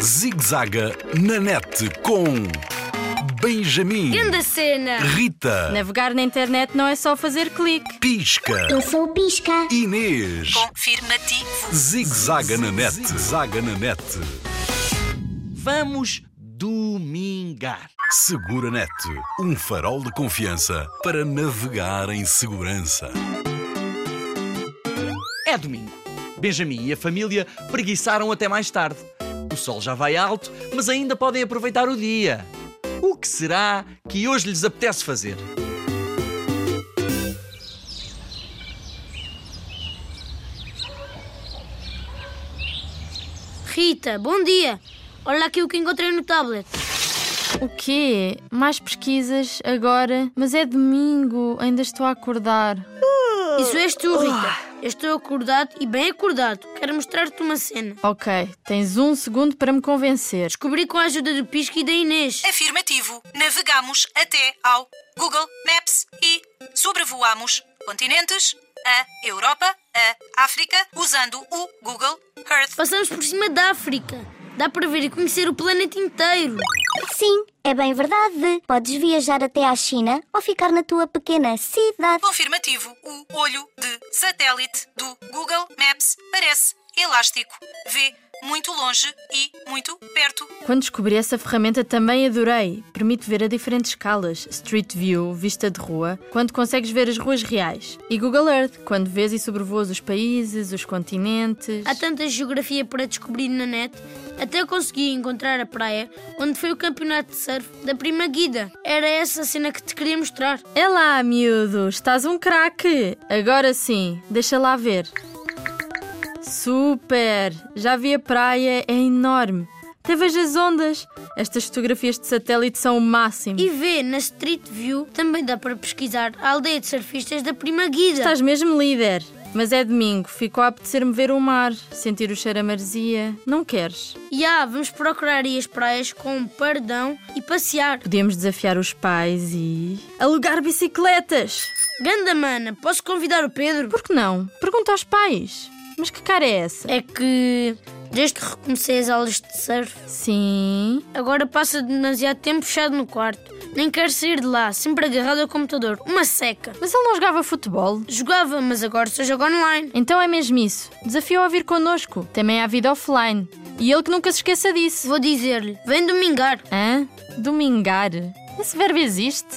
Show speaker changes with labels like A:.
A: Zigzaga na net com Benjamin,
B: Grande cena!
A: Rita,
C: Navegar na internet não é só fazer clique.
A: Pisca,
D: Eu sou o Pisca.
A: Inês.
E: Confirmativo.
A: Zigzaga na net, zaga na net.
F: Vamos domingar.
A: Segura net, um farol de confiança para navegar em segurança.
F: É domingo. Benjamin e a família preguiçaram até mais tarde. O sol já vai alto, mas ainda podem aproveitar o dia. O que será que hoje lhes apetece fazer?
B: Rita, bom dia! Olha aqui o que encontrei no tablet.
C: O quê? Mais pesquisas agora? Mas é domingo, ainda estou a acordar.
B: Isso és tu, Rita. Eu estou acordado e bem acordado. Quero mostrar-te uma cena.
C: Ok, tens um segundo para me convencer.
B: Descobri com a ajuda do Pisco e da Inês.
E: Afirmativo. Navegamos até ao Google Maps e sobrevoamos continentes, a Europa, a África, usando o Google Earth.
B: Passamos por cima da África. Dá para ver e conhecer o planeta inteiro.
D: Sim, é bem verdade. Podes viajar até à China ou ficar na tua pequena cidade.
E: Confirmativo. O olho de satélite do Google Maps parece elástico. Vê muito longe e muito perto.
C: Quando descobri essa ferramenta também adorei. Permite ver a diferentes escalas: Street View, vista de rua, quando consegues ver as ruas reais. E Google Earth, quando vês e sobrevoas os países, os continentes.
B: Há tanta geografia para descobrir na net, até consegui encontrar a praia onde foi o campeonato de surf da Prima Guida. Era essa a cena que te queria mostrar.
C: É lá, miúdo, estás um craque! Agora sim, deixa lá ver. Super! Já vi a praia, é enorme. Até vejo as ondas. Estas fotografias de satélite são o máximo.
B: E vê na Street View também dá para pesquisar a aldeia de surfistas da Prima Guida.
C: Estás mesmo líder. Mas é domingo, ficou a apetecer-me ver o mar, sentir o cheiro a maresia. Não queres?
B: E ah, vamos procurar aí as praias com um pardão e passear.
C: Podemos desafiar os pais e. alugar bicicletas!
B: Ganda mana, posso convidar o Pedro?
C: Por que não? Pergunta aos pais. Mas que cara é essa?
B: É que desde que recomecei as aulas de surf,
C: Sim.
B: agora passa demasiado tempo fechado no quarto. Nem quero sair de lá, sempre agarrado ao computador. Uma seca.
C: Mas ele não jogava futebol.
B: Jogava, mas agora só jogo online.
C: Então é mesmo isso. Desafio a vir connosco. Também há vida offline. E ele que nunca se esqueça disso.
B: Vou dizer-lhe, vem domingar.
C: Hã? Domingar? Esse verbo existe?